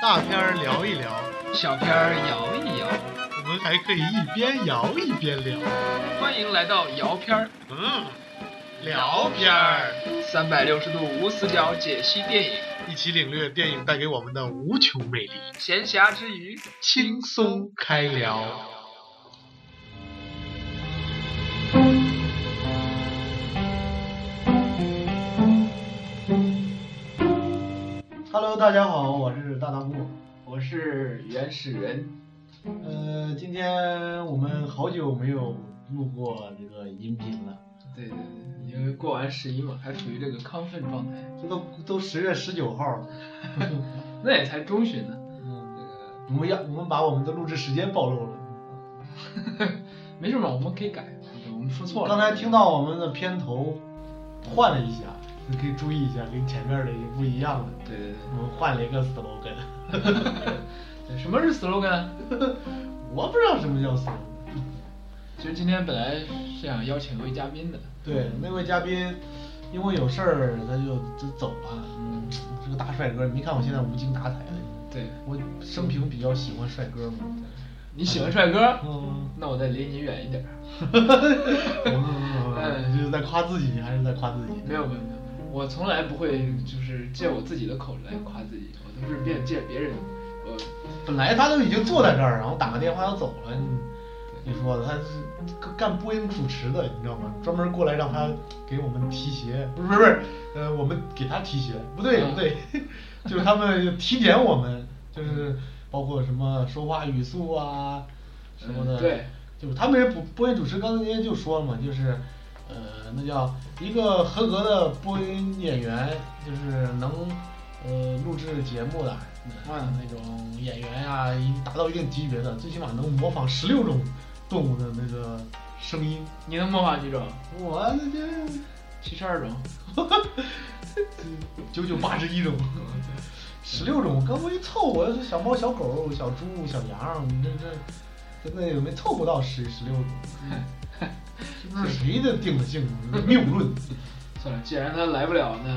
大片儿聊一聊，小片儿摇一摇，我们还可以一边摇一边聊。欢迎来到摇片儿嗯，聊片儿，三百六十度无死角解析电影，一起领略电影带给我们的无穷魅力，闲暇之余轻松开聊。Hello，大家好，我是大大木。我是原始人，呃，今天我们好久没有录过这个音频了，对对对，因为过完十一嘛，还处于这个亢奋状态，这都都十月十九号了。那也才中旬呢，这嗯，个我们要我们把我们的录制时间暴露了。没什么，我们可以改，我们说错了。刚才听到我们的片头换了一下，你可以注意一下，跟前面的也不一样了。对，对我们换了一个 slogan， 对对，什么是 slogan？我不知道什么叫 slogan。其实今天本来是想邀请一位嘉宾的，对，那位嘉宾因为有事儿他就就走了。嗯，这个大帅哥，你没看我现在无精打采的，对，我生平比较喜欢帅哥嘛。你喜欢帅哥？嗯，那我再离你远一点儿。 哎嗯，就是在夸自己还是在夸自己？没有没有没有，我从来不会就是借我自己的口来夸自己，我都是别借别人。我本来他都已经坐在这儿，然后打个电话要走了，你你说的他是干干播音主持的，你知道吗？专门过来让他给我们提鞋，不是不是不是，呃，我们给他提鞋，不对嗯不对， 就是他们提点我们，就是包括什么说话语速啊什么嗯的，对，就是他们播播音主持，刚才就说了嘛，就是。呃，那叫一个合格的播音演员，就是能呃录制节目的，呃嗯那种演员呀、已经达到一定级别的，最起码能模仿十六种动物的那个声音。你能模仿几种？我这七十二种。 九九八十一种，十六种，刚我一凑，我是小猫、小狗、小猪、小羊，这这真的也没凑不到十十六种， 是不是谁的定的 性？嗯谬论。算了，既然他来不了，那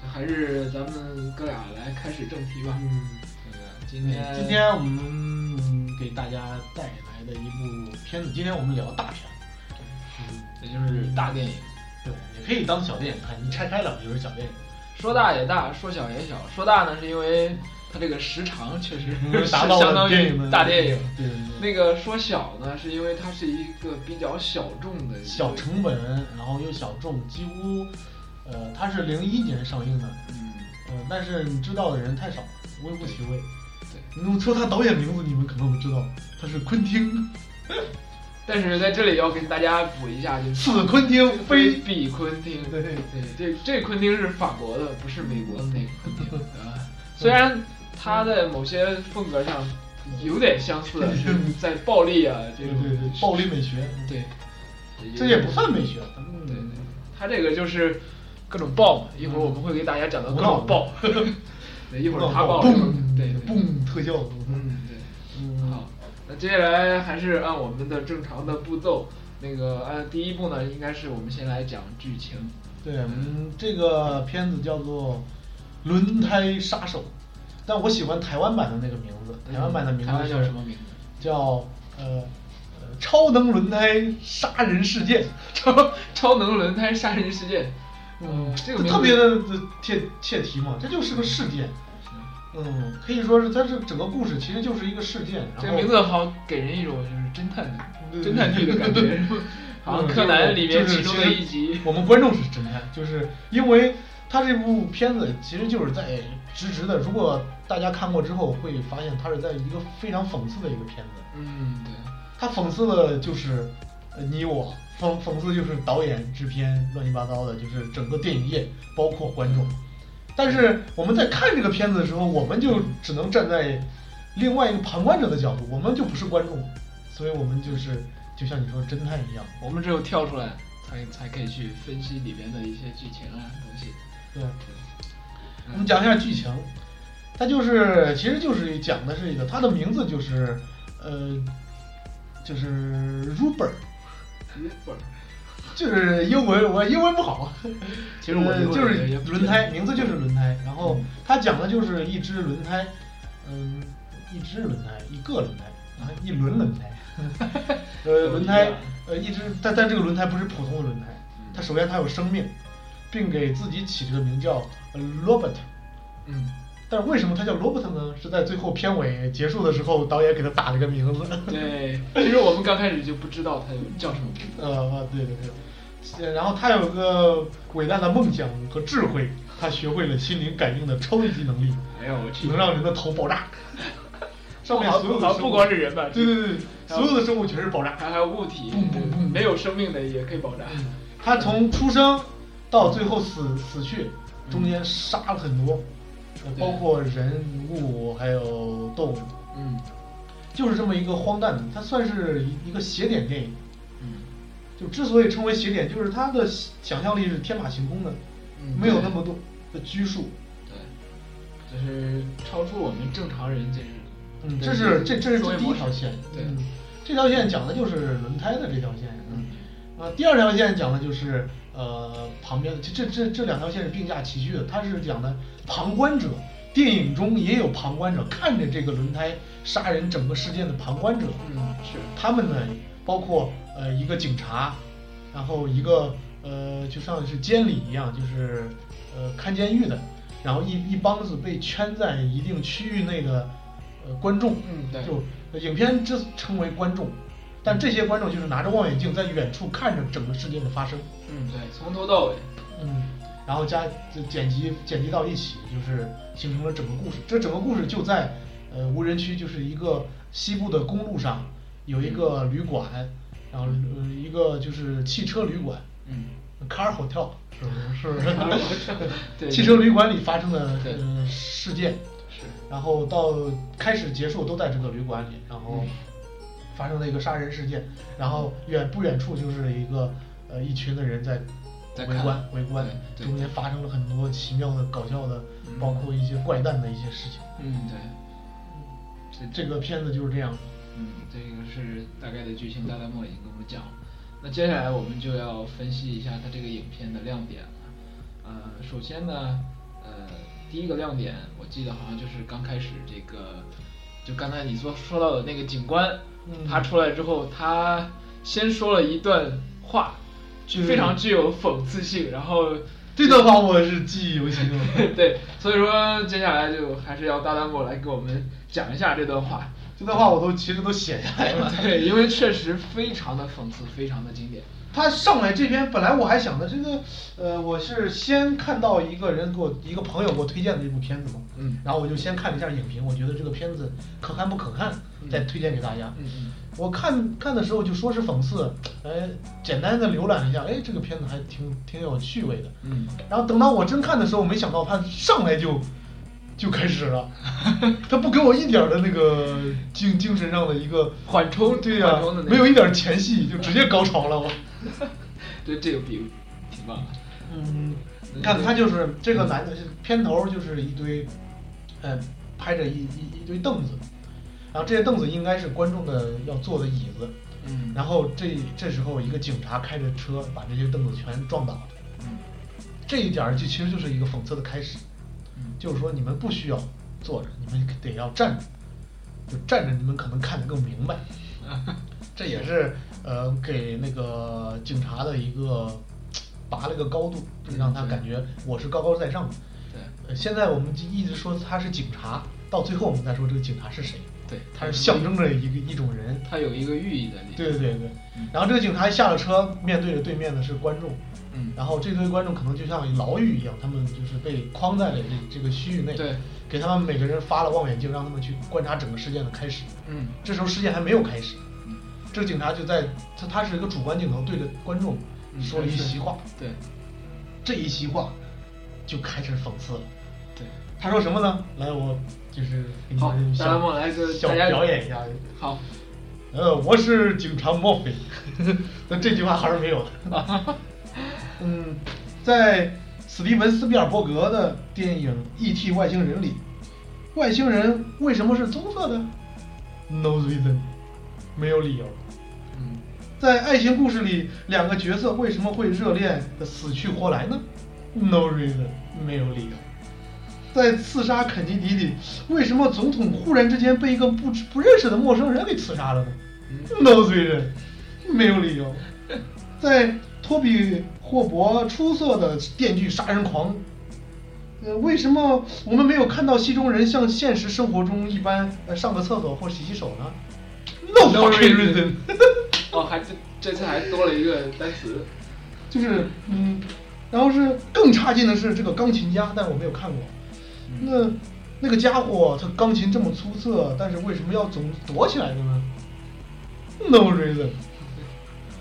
就还是咱们哥俩来开始正题吧。嗯，这个今今天今天我们给大家带来的一部片子，今天我们聊大片。嗯，也就是大电影，对，也可以当小电影看，你拆开了就是小电影。说大也大，说小也小。说大呢，是因为它这个时长 确实是达到了相当电影于的大电影。对对对，那个说小呢，是因为它是一个比较小众的一个小成本，然后又小众，几乎，呃，它是零一年上映的，嗯，呃，但是你知道的人太少了，微乎其微。对。你说他导演名字，你们可能不知道，他是昆汀，但是在这里要跟大家补一下，就是此昆汀非非彼昆汀。对这这昆汀是法国的，不是美国的那个昆汀啊。虽然他在某些风格上有点相似，就是在暴力啊这对种，对对，暴力美学，对，这也不算美学，嗯咱们对对，对他这个就是各种爆嘛。一会儿我们会给大家讲到各种爆，对，一会儿他爆，一会儿嘣，对，对嘣特效，嗯对。嗯，好，那接下来还是按我们的正常的步骤，那个按第一步呢，应该是我们先来讲剧情。 对，嗯，这个片子叫做《轮胎杀手》，但我喜欢台湾版的那个名字，台湾版的名台湾字叫是什么名字？叫呃呃超能轮胎杀人事件，超超能轮胎杀人事件。哦嗯，这个名字特别的呃切切题嘛，这就是个事件，嗯，可以说是它是整个故事其实就是一个事件，然后嗯这个名字好给人一种就是侦探的对侦探剧的感觉， 好像柯南里面其中的一就是集其实。我们观众是侦探，就是因为他这部片子其实就是在直直的，如果大家看过之后会发现，它是在一个非常讽刺的一个片子。嗯，对，它讽刺的就是呃你我，讽讽刺就是导演、制片乱七八糟的，就是整个电影业，包括观众。但是我们在看这个片子的时候，我们就只能站在另外一个旁观者的角度，我们就不是观众，所以我们就是就像你说侦探一样，我们只有跳出来才才可以去分析里面的一些剧情啊东西。对。我们讲一下剧情，它就是其实就是讲的是一个，它的名字就是呃，就是 Ruber，嗯日本儿 就是英文我英文不好，其实我呃英文就是也不行嗯轮胎，名字就是轮胎，然后它讲的就是一只轮胎，嗯，一只轮胎，一个轮胎，啊，一轮轮 胎，呃，轮胎，呃，一只，但但这个轮胎不是普通的轮胎，嗯它首先它有生命，并给自己起这个名叫呃 Robert，嗯，但是为什么它叫 Robert 呢？是在最后片尾结束的时候，导演给它打了个名字。 对，其实我们刚开始就不知道它叫什么名字。呃，啊对对对，呃然后他有个伟大的梦想和智慧，他学会了心灵感应的超级能力，哎呀，我去，能让人的头爆炸。上面不好所有不的好生物不光是人吧对对对，还所有有的生物全是爆炸。还还有物体，嗯没有生命的也可以爆炸。他从出生到最后死死去，中间杀了很多，呃对包括人物还有动物，嗯就是这么一个荒诞的，它算是一一个邪典电影。嗯就之所以称为邪典，就是它的想象力是天马行空的，嗯没有对那么多的拘束。对，就是超出我们正常人这嗯，对这是这这是思维第一模式条线，对嗯，这条线讲的就是轮胎的这条线，嗯，啊，第二条线讲的就是呃旁边这这这这两条线是并驾齐驱的，它是讲的旁观者，电影中也有旁观者看着这个轮胎杀人整个事件的旁观者，嗯是他们呢包括呃一个警察，然后一个呃就像是监理一样，就是呃看监狱的，然后一一帮子被圈在一定区域内的呃观众，嗯对就呃影片之称为观众，但这些观众就是拿着望远镜在远处看着整个事件的发生，嗯对，从头到尾，嗯，然后加就剪辑剪辑到一起，就是形成了整个故事。这整个故事就在呃无人区，就是一个西部的公路上有一个旅馆，然后、呃、一个就是汽车旅馆，嗯，car hotel 是不是？是 car 不 hotel，对 是？汽车旅馆里发生的对呃事件，是然后到开始结束都在这个旅馆里，然嗯后发生了一个杀人事件，然后远不远处就是一个呃一群的人在在围看观围观，对对嗯中间发生了很多奇妙的、搞笑的，包括一些怪诞的一些事情。嗯对，这这个片子就是这样的。嗯，这个是大概的剧情，大弹幕已经跟我们讲了。那接下来我们就要分析一下它这个影片的亮点了。呃，首先呢，呃，第一个亮点，我记得好像就是刚开始这个，就刚才你所说到的那个警官，嗯他出来之后，他先说了一段话，就是非常具有讽刺性，然后这段话我是记忆犹新的。 对， 所以说接下来就还是要大弹幕来给我们讲一下这段话。这段话我都其实都写下来了。 对，因为确实非常的讽刺，非常的经典。他上来这篇，本来我还想的这个，呃，我是先看到一个人给我一个朋友给我推荐的这部片子嘛，嗯然后我就先看了一下影评，我觉得这个片子可看不可看，再推荐给大家。嗯嗯我看看的时候就说是讽刺，哎，简单的浏览了一下，哎，这个片子还挺挺有趣味的。嗯，然后等到我真看的时候，没想到他上来就就开始 了，他不给我一点儿的那个精精神上的一个缓冲对呀、缓冲的那个没有一点儿前戏就直接高潮了 我。对，这个比挺棒的。嗯，你看他就是这个男的，片头就是一堆，呃，拍着一一一堆凳子，然后这些凳子应该是观众的要坐的椅子，嗯然后这这时候一个警察开着车把这些凳子全撞倒了，嗯这一点儿就其实就是一个讽刺的开始，嗯就是说你们不需要坐着，你们得要站着，就站着你们可能看得更 明白，嗯这也是呃给那个警察的一个拔了个高度，嗯让他对感觉我是高高在上的。对呃，现在我们就一直说他是警察，到最后我们再说这个警察是谁，对，他是象征着一个一种人。它有一个寓意在里面。对对对对，然后这个警察下了车，面对着对面的是观众，嗯然后这堆观众可能就像牢狱一样，他们就是被框在了这这个区域内，对，给他们每个人发了望远镜，让他们去观察整个事件的开始。嗯这时候事件还没有开始，嗯这个警察就在他他是一个主观镜头对着观众嗯说了一席话，对这一席话就开始讽刺了。对，他说什么呢？来，我就是给你好们小大家帮我来个小大家表演一下。好。 呃，我是警察莫菲， 那这句话还是没有的。 嗯，在史蒂文斯皮尔伯格的电影《E.T. 外星人》里，外星人为什么是棕色的？No reason，没有理由。嗯在爱情故事里，两个角色为什么会热恋的死去活来呢？No reason，没有理由。在刺杀肯尼迪里，为什么总统忽然之间被一个不知不认识的陌生人给刺杀了呢？No reason，没有理由。在托比霍伯出色的电锯杀人狂，呃，为什么我们没有看到戏中人像现实生活中一般呃上个厕所或洗洗手呢？No No fucking reason reason， 哦，还这这次还多了一个单词，就是嗯，然后是更差劲的是这个钢琴家，但我没有看过。那那个家伙他钢琴这么出色，但是为什么要总躲起来的呢？No reason。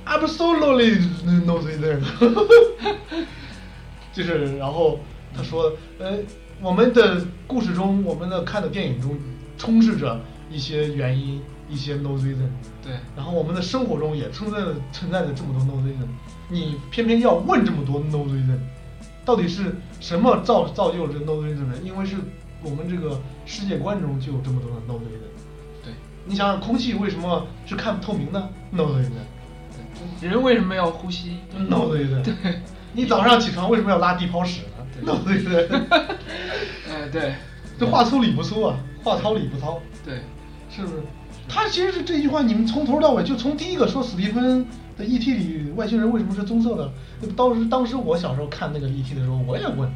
Absolutely no reason，就是然后他说，呃，我们的故事中，我们的看的电影中充斥着一些原因，一些 no reason，对然后我们的生活中也存在着存在着这么多 no reason，你偏偏要问这么多 no reason，到底是什么造造就了这 no reason 呢？因为是我们这个世界观中就有这么多的 no reason。对，你想想，空气为什么是看不透明的？no reason，no 人为什么要呼吸？ reason。对，你早上起床为什么要拉地泡屎呢？no reason。 哎，对这话粗理不粗啊，话糙理不糙。对，是不是？他其实是这句话，你们从头到尾就从第一个说史蒂芬的 E.T. 里外星人为什么是棕色的？那么当时当时我小时候看那个 E.T. 的时候，我也问，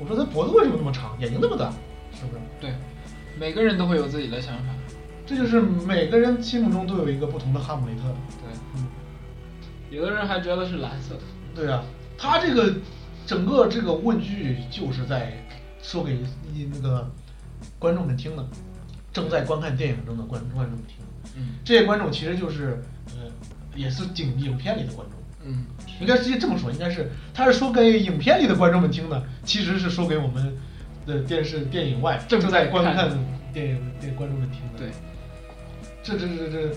我说他脖子为什么那么长，眼睛那么大，是不是？对，每个人都会有自己的想法，这就是每个人心目中都有一个不同的哈姆雷特。对，嗯，有的人还觉得是蓝色的，对啊，他这个整个这个问句就是在说给一那个观众们听的，正在观看电影中的观观众们听的。嗯这些观众其实就是呃，也是影影片里的观众。嗯，应该直接这么说，应该是他是说给影片里的观众们听的，其实是说给我们的电视电影外正正在在观看看电影电观众们听的。对，这这这这，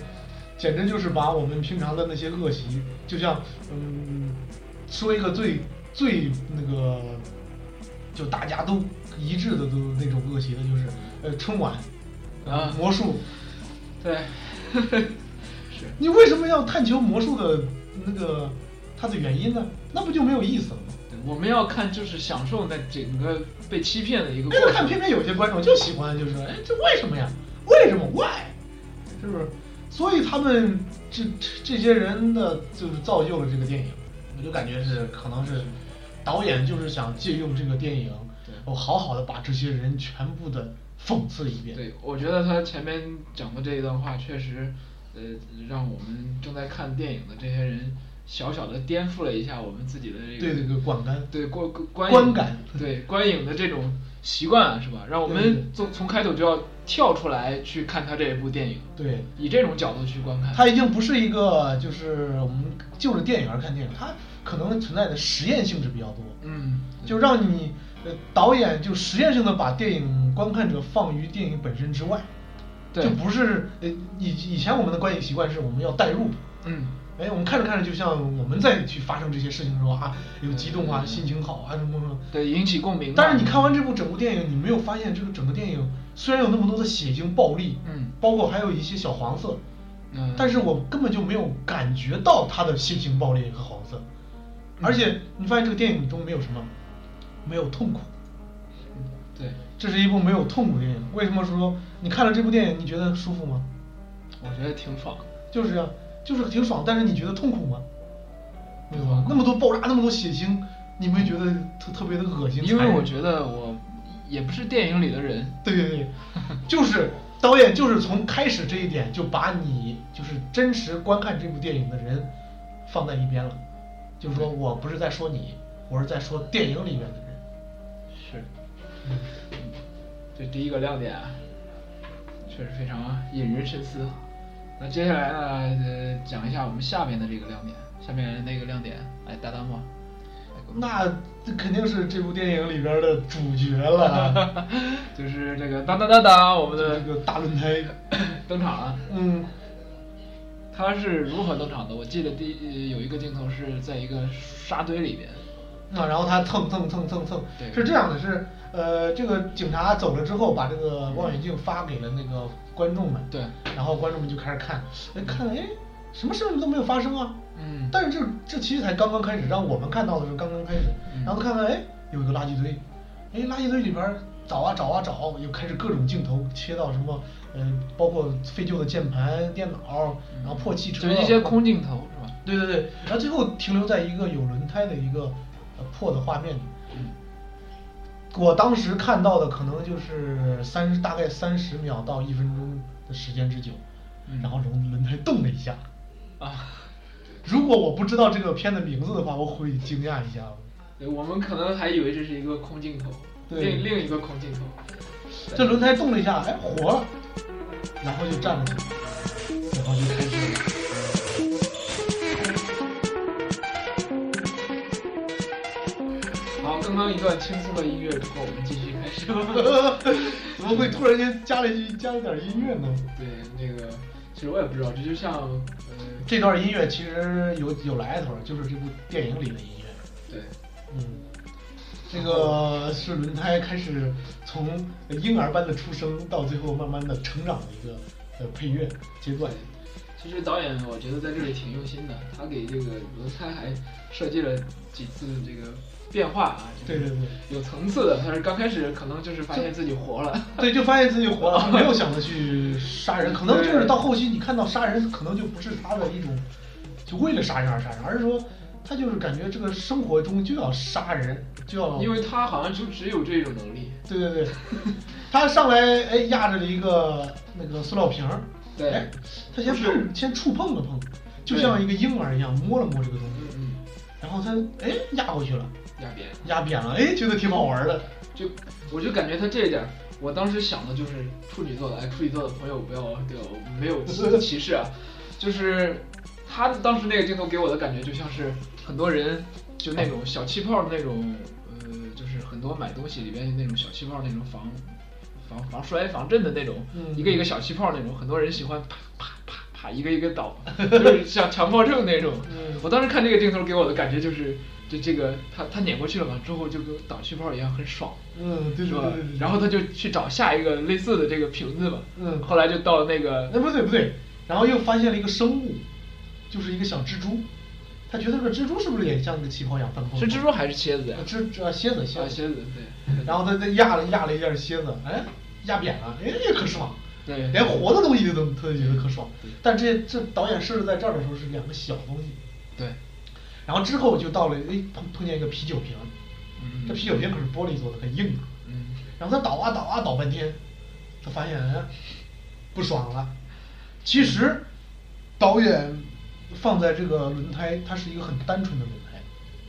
简直就是把我们平常的那些恶习，就像嗯，说一个最最那个，就大家都一致的都那种恶习的，就是呃春晚啊魔术，对， 是，你为什么要探求魔术的那个它的原因呢？那不就没有意思了吗？对我们要看就是享受那整个被欺骗的一个哎，过看程，偏偏有些观众就喜欢，就是说，哎，这为什么呀？为什么？Why？是不是？所以他们这这这些人的就是造就了这个电影，我就感觉是可能是导演就是想借用这个电影对，我好好的把这些人全部的讽刺一遍。对，我觉得他前面讲的这一段话确实，呃，让我们正在看电影的这些人小小的颠覆了一下我们自己的这个对这个观感对观观观感对观影的这种习惯啊是吧？让我对对们从从开头就要跳出来去看他这一部电影，对以这种角度去观看，它已经不是一个就是我们就着电影而看电影，它可能存在的实验性质比较多。嗯，就让你呃导演就实验性的把电影观看者放于电影本身之外，对就不是呃以以前我们的观影习惯是我们要代入，嗯，哎，我们看着看着就像我们在去发生这些事情的时候啊，有激动啊，嗯心情好啊什么什么。对引起共鸣嘛。但是你看完这部整部电影，你没有发现这个整个电影虽然有那么多的血腥暴力，嗯包括还有一些小黄色，嗯但是我根本就没有感觉到它的血腥暴力和黄色，嗯而且你发现这个电影中没有什么，没有痛苦，对，这是一部没有痛苦的电影。为什么说你看了这部电影你觉得舒服吗？我觉得挺爽的，就是这样，就是挺爽，但是你觉得痛苦吗？没有吧嗯？那么多爆炸，那么多血腥，你没觉得特特别的恶心？因为残忍我觉得我也不是电影里的人，对对对，就是导演就是从开始这一点就把你就是真实观看这部电影的人放在一边了，就是说我不是在说你，我是在说电影里面的人。是，嗯这第一个亮点啊，确实非常引人深思。那接下来呢，呃，讲一下我们下面的这个亮点，下面那个亮点，哎，大大漠，来给我们那这肯定是这部电影里边的主角了， 就是这个当当当当，我们这的个大轮胎。 登场了。嗯，他是如何登场的？我记得第呃有一个镜头是在一个沙堆里边，啊，然后他蹭蹭蹭蹭蹭对，是这样的，是呃，这个警察走了之后，把这个望远镜发给了那个观众们，对然后观众们就开始看，哎，看了，哎，什么事儿都没有发生啊，嗯但是这这其实才刚刚开始，让我们看到的是刚刚开始嗯，然后看看，哎，有一个垃圾堆，哎，垃圾堆里边儿找啊找啊找，又开始各种镜头切到什么，嗯，包括废旧的键盘、电脑，然后破汽车，嗯就是一些空镜头是吧？对对对，然后最后停留在一个有轮胎的一个呃破的画面里。嗯我当时看到的可能就是三十，大概三十秒到一分钟的时间之久，嗯然后轮轮胎动了一下。啊，如果我不知道这个片的名字的话，我会惊讶一下。对，我们可能还以为这是一个空镜头，对另另一个空镜头。这轮胎动了一下，哎，活了，然后就站了起来，然后就开始了。 好，刚刚一段轻松的音乐之后，我们继续开始吧。怎 么会突然间加了一句加了点音乐呢？对，那个其实我也不知道，这就像呃，这段音乐其实有有来头，就是这部电影里的音乐。对，嗯，这个是轮胎开始从婴儿般的出生到最后慢慢的成长的一个呃配乐阶段。其实导演我觉得在这里挺用心的，他给这个轮胎还设计了几次这个变化啊，对对对，有层次的。他是刚开始可能就是发现自己活了，对，就发现自己活了，没有想着去杀人，可能就是到后期你看到杀人，可能就不是他的一种，就为了杀人而杀人，而是说他就是感觉这个生活中就要杀人，就要因为他好像就只有这种能力。对对对，他上来哎压着了一个那个塑料瓶儿，对哎，他先不是碰先触碰了碰，就像一个婴儿一样摸了摸这个东嗯西，嗯，然后他哎压过去了，亚扁，压扁了，哎觉得挺好玩的，就我就感觉他这一点儿，我当时想的就是处女座的，哎，处女座的朋友不要对我没有歧歧视啊，就是他当时那个镜头给我的感觉就像是很多人就那种小气泡的那种，呃，就是很多买东西里边那种小气泡那种防防防摔防震的那种，嗯一个一个小气泡那种，很多人喜欢啪啪啪啪一个一个倒，就是像强迫症那种。嗯我当时看这个镜头给我的感觉就是，这这个他他碾过去了嘛，之后就跟倒气泡一样很爽。嗯对是对吧对对，？然后他就去找下一个类似的这个瓶子嘛，嗯后来就到那个，哎那不对不对，然后又发现了一个生物，就是一个小蜘蛛，他觉得这个蜘蛛是不是也像个气泡一样翻空？是蜘蛛还是蝎子呀啊？蜘蛛啊蝎子小蝎蝎子，子，对， 然后他他压了压了一下蝎子，哎压扁了，哎也可爽。对连活的东西都他都觉得可爽。但这这导演设置在这儿的时候是两个小东西，对，然后之后就到了哎碰碰见一个啤酒瓶，嗯这啤酒瓶可是玻璃做的，很硬的。啊嗯，然后他倒啊倒啊倒半天，他发现哎不爽了。其嗯实导演放在这个轮胎，它是一个很单纯的轮胎。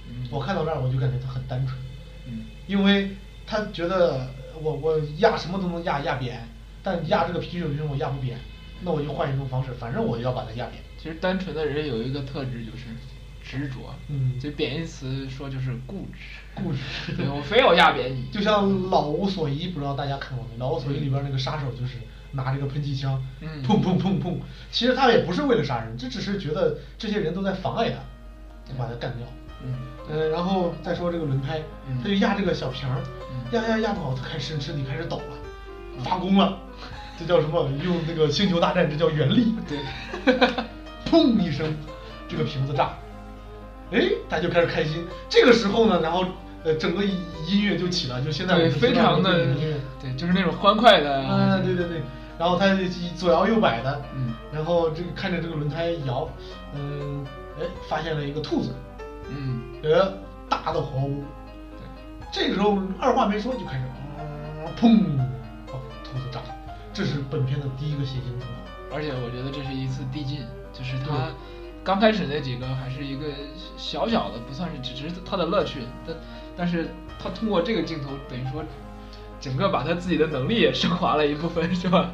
嗯我看到这儿我就感觉它很单纯。嗯因为他觉得呃我我压什么都能压压扁，但压这个啤酒瓶我压不扁，那我就换一种方式，反正我要把它压扁。其实单纯的人有一个特质就是执着，嗯就贬义词说就是固执，固执对我非要压扁你，就像《老无所依》，不知道大家看过没？《老无所依》里边那个杀手就是拿这个喷气枪，嗯砰砰砰砰，其实他也不是为了杀人，这只是觉得这些人都在妨碍他，就把他干掉。嗯嗯，然后再说这个轮胎，嗯他就压这个小瓶儿，嗯压压压不好，他开始身体开始抖了，发功了，这叫什么？用那个星球大战，这叫原力。对， 砰一声，这个瓶子炸，哎，大家就开始开心。这个时候呢，然后呃，整个音乐就起了，就现在我对，们非听到常的这个音乐，对，就是那种欢快的，啊，对对对，然后他就左摇右摆的，嗯然后这个看着这个轮胎摇，嗯，哎，发现了一个兔子，嗯，呃，大的活物。这时候二话没说就开始，啊砰，哦，兔子炸了。这是本片的第一个血腥镜头。而且我觉得这是一次递进，就是他对刚开始那几个还是一个小小的，不算是只只是他的乐趣，但但是他通过这个镜头，等于说整个把他自己的能力也升华了一部分，是吧？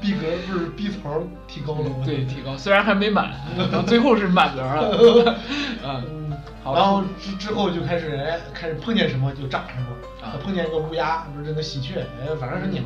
逼格不是逼槽提高了吗？对，提高，虽然还没满，到最后是满格 了，嗯，嗯，好然后之之后就开始哎，开始碰见什么就炸什么，啊碰见一个乌鸦，不是那个喜鹊，哎，反正是鸟，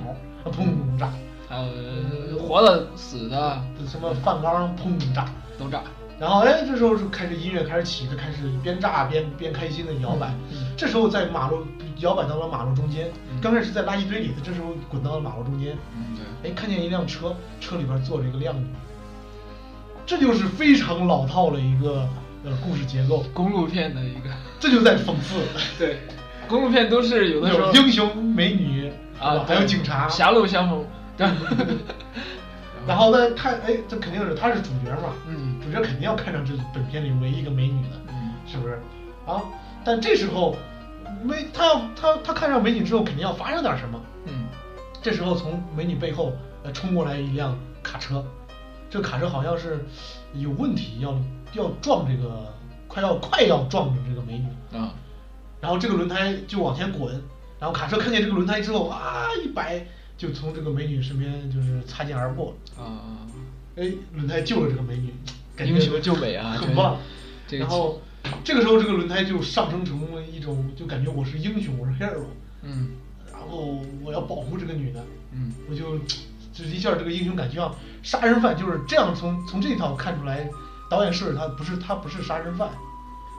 嗯啊砰炸，还有呃活的、死的什么饭缸砰炸，都炸，然后哎，这时候就开始音乐开始起，就开始边炸边边开心的摇摆。嗯这时候在马路摇摆到了马路中间，嗯刚开始在垃圾堆里，他这时候滚到了马路中间，嗯，对，哎，看见一辆车，车里边坐着一个靓女，这就是非常老套的一个呃故事结构，公路片的一个， 这就在讽刺。对，公路片都是有的时候有英雄美女，是吧啊，还有警察，狭路相 逢，对，然后呢，看，哎，这肯定是她是主角嘛，嗯主角肯定要看上这本片里唯一一个美女的，嗯是不是？啊，但这时候美，她要她她看上美女之后，肯定要发生点什么。嗯这时候从美女背后呃冲过来一辆卡车，这个卡车好像是有问题，要要撞这个快要快要撞着这个美女，啊然后这个轮胎就往前滚，然后卡车看见这个轮胎之后啊一摆就从这个美女身边就是擦肩而过，啊啊，哎，轮胎救了这个美女，感觉英雄救美啊很棒。这个然后这个时候这个轮胎就上升成为一种就感觉我是英雄，我是 hero，嗯然后我要保护这个女的，嗯我就就一下这个英雄感就像杀人犯就是这样从从这一套看出来，导演设置他不是他不是杀人犯，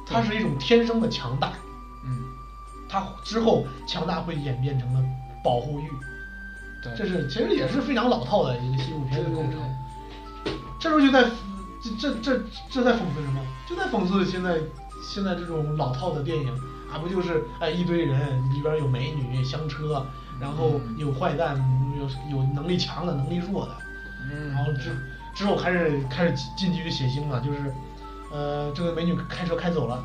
他是一种天生的强大，嗯，他之后强大会演变成了保护欲，对，这是其实也是非常老套的一个西部片对的对构对成。这时候就在这这这这在讽刺什么？就在讽刺现在现在这种老套的电影啊，不就是哎一堆人里边有美女、香车，然后有坏蛋，有有能力强的、能力弱的，嗯然后之之后开始开始进进军血腥了，就是呃这个美女开车开走了。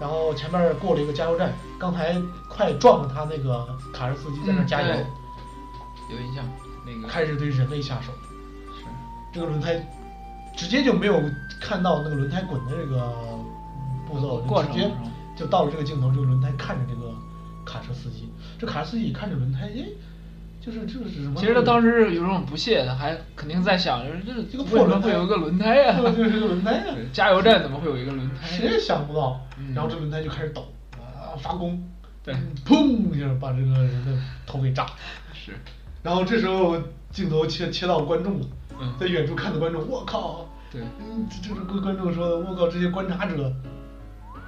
然后前面过了一个加油站，刚才快撞了他那个卡车司机在那嗯加油，对有印象，那个开始对人类下手。是这个轮胎直接就没有看到那个轮胎滚的这个步骤，就过直程接是吧就到了这个镜头，这个轮胎看着这个卡车司机，这卡车司机看着轮胎，哎，就是这是什么？其实他当时有种不屑，他还肯定在想，就是这这个为破什么轮胎会有一个轮胎呀、对就是这个轮胎呀对 加油站怎么会有一个轮胎？谁也想不到嗯，然后这轮胎就开始抖啊发功，嗯对砰一下把这个人的头给炸了。是，然后这时候镜头切切到观众了，嗯在远处看的观众，我靠，对嗯，这这是观观众说的，我靠，这些观察者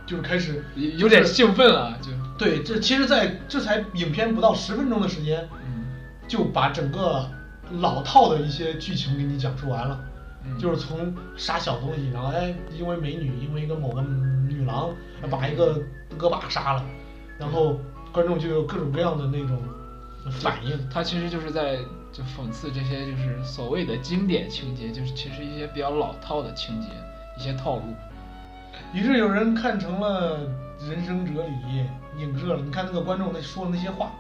就是开始有有点兴奋啊，就对，这其实在这才影片不到十分钟的时间，嗯就把整个老套的一些剧情给你讲述完了。嗯就是从杀小东西，然后哎，因为美女，因为一个某个女郎把一个恶霸杀了，然后观众就有各种各样的那种反应。他其实就是在就讽刺这些就是所谓的经典情节，就是其实一些比较老套的情节，一些套路。于是有人看成了人生哲理影射了。你看那个观众那说的那些话，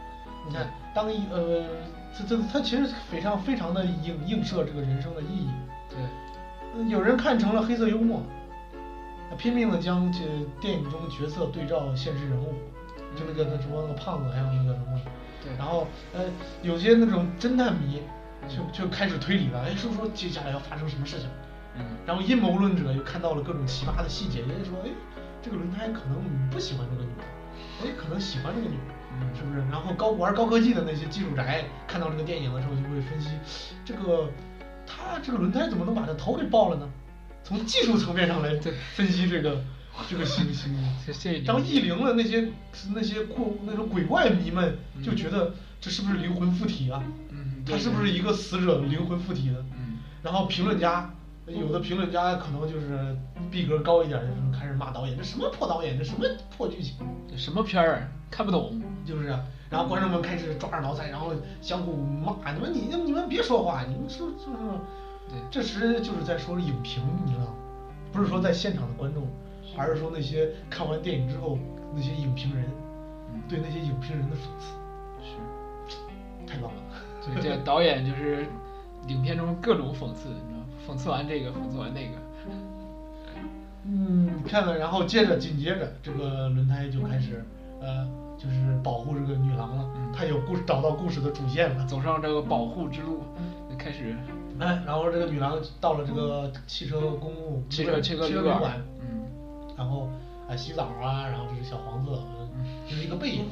你看当一呃，这这他其实非常非常的映映射这个人生的意义。对，呃有人看成了黑色幽默，呃拼命的将这电影中角色对照现实人物，就那个那什么那个胖子，还有那个什么，对然后呃有些那种侦探迷就就开始推理了，哎，说说接下来要发生什么事情。嗯然后阴谋论者又看到了各种奇葩的细节，人家说，哎，这个轮胎可能不喜欢这个女的，哎，可能喜欢这个女的，嗯是不是？然后高玩高科技的那些技术宅看到这个电影的时候，就会分析，这个他这个轮胎怎么能把他头给爆了呢？从技术层面上来分析 这个这个行行这这一点然后意灵的那些那些过那种鬼怪迷们就觉得这是不是灵魂附体啊？嗯对他是不是一个死者灵魂附体呢？嗯然后评论家，有的评论家可能就是逼格高一点，就是开始骂导演，这什么破导演，这什么破剧情，这什么片儿看不懂，就是啊。然后观众们开始抓耳挠腮，然后相互骂，你们你你们别说话，你们说就是，对这其实就是在说影评，你知道吗？不是说在现场的观众，而是说那些看完电影之后那些影评人嗯，对那些影评人的讽刺，是。太棒了。所以这个导演就是影片中各种讽刺，你知道，吗？讽刺完这个，讽刺完那个，嗯，你看看，然后接着紧接着这个轮胎就开始，呃，就是保护这个女郎了嗯，她有故事找到故事的主线了。走上这个保护之路，就开始哎，然后这个女郎到了这个汽车公路，汽不车是切汽割车旅旅馆馆，，嗯然后啊、洗澡啊，然后这个小黄子嗯就是一个背影，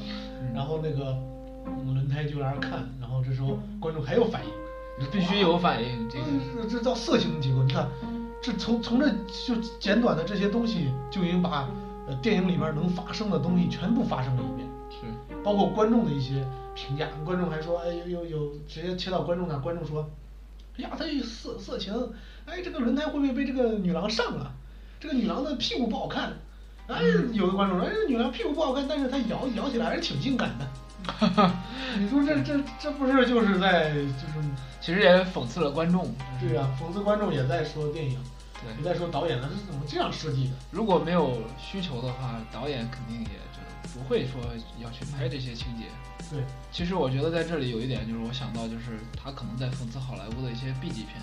然后那个嗯轮胎就在那儿看，然后这时候观众还有反应，你嗯必须有反应，这个这这叫色情结构。你看，这从从这就简短的这些东西，就已经把呃电影里面能发生的东西全部发生了一遍，是包括观众的一些评价。观众还说，哎，有有有，直接切到观众那儿，观众说，哎呀，他有色色情，哎，这个轮胎会不会被这个女郎上了？这个女郎的屁股不好看。哎，有的观众说，哎，这个女郎屁股不好看，但是她摇摇起来还是挺性感的。你说这这这不是就是在就是 其实也讽刺了观众。对啊，讽刺观众也在说电影，对也在说导演他是怎么这样设计的。如果没有需求的话，导演肯定也就不会说要去拍这些情节。对，其实我觉得在这里有一点就是我想到，就是他可能在讽刺好莱坞的一些 B 级片、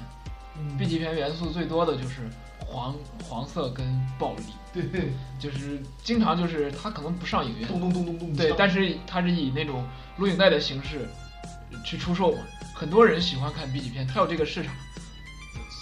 嗯 b 级片元素最多的就是黄黄色跟暴力，对对，就是经常就是他可能不上影院， 咚咚咚咚咚。对，但是是它是以那种录影带的形式去出售嘛，很多人喜欢看 B 级片，它有这个市场。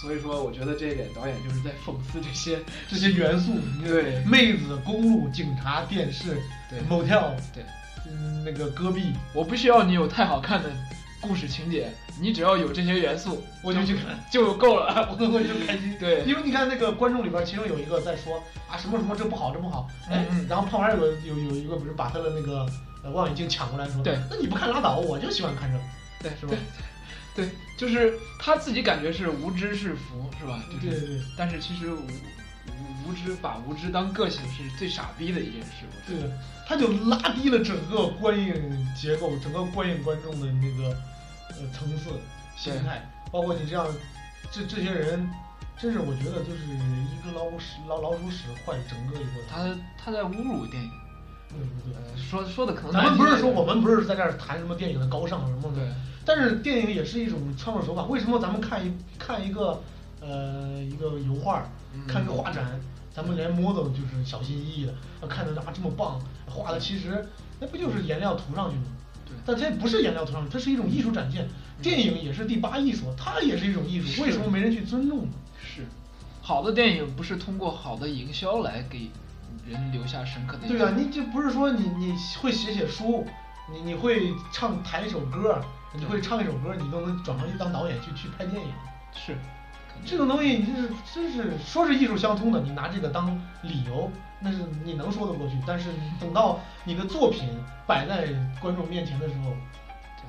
所以说，我觉得这一点导演就是在讽刺这些这些元素，你看对妹子、公路、警察、电视、对 motel，对，嗯，那个戈壁，我不需要你有太好看的故事情节，你只要有这些元素，我就去看， 就够了。 我我就开心。对因为你看那个观众里边，其中有一个在说啊什么什么这不好这不好，哎嗯嗯，然后旁边有个有有一个不是把他的那个呃望远镜抢过来说，对，那你不看拉倒，我就喜欢看这个，对，是吧？对，就是他自己感觉是无知是福，是吧？就对是，对对。但是其实无无无知把无知当个性是最傻逼的一件事，我觉对得。的，他就拉低了整个观影结构，整个观影观众的那个呃层次、心态，包括你这样，这这些人，真是我觉得就是一个老虎屎老老鼠屎坏整个一个他，他他在侮辱电影，对对对。呃，说说的可能咱们难不是听说一点我们不是在这儿谈什么电影的高尚什么对的，但是电影也是一种创作手法。为什么咱们看一看一个呃一个油画，嗯看一个画展，咱们连摸都就是小心翼翼的，啊看着啊这么棒，画的其实那不就是颜料涂上去吗？对嗯但它也不是颜料涂上去，它是一种艺术展现。电影也是第八艺术，它也是一种艺术，为什么没人去尊重呢？是，好的电影不是通过好的营销来给人留下深刻的印象。对啊，你这不是说你你会写写书，你你会唱弹一首歌，你会唱一首歌，你都能转行去当导演去去拍电影。是，肯定这种东西，你就是真是说是艺术相通的，你拿这个当理由，那是你能说得过去。但是你等到你的作品摆在观众面前的时候，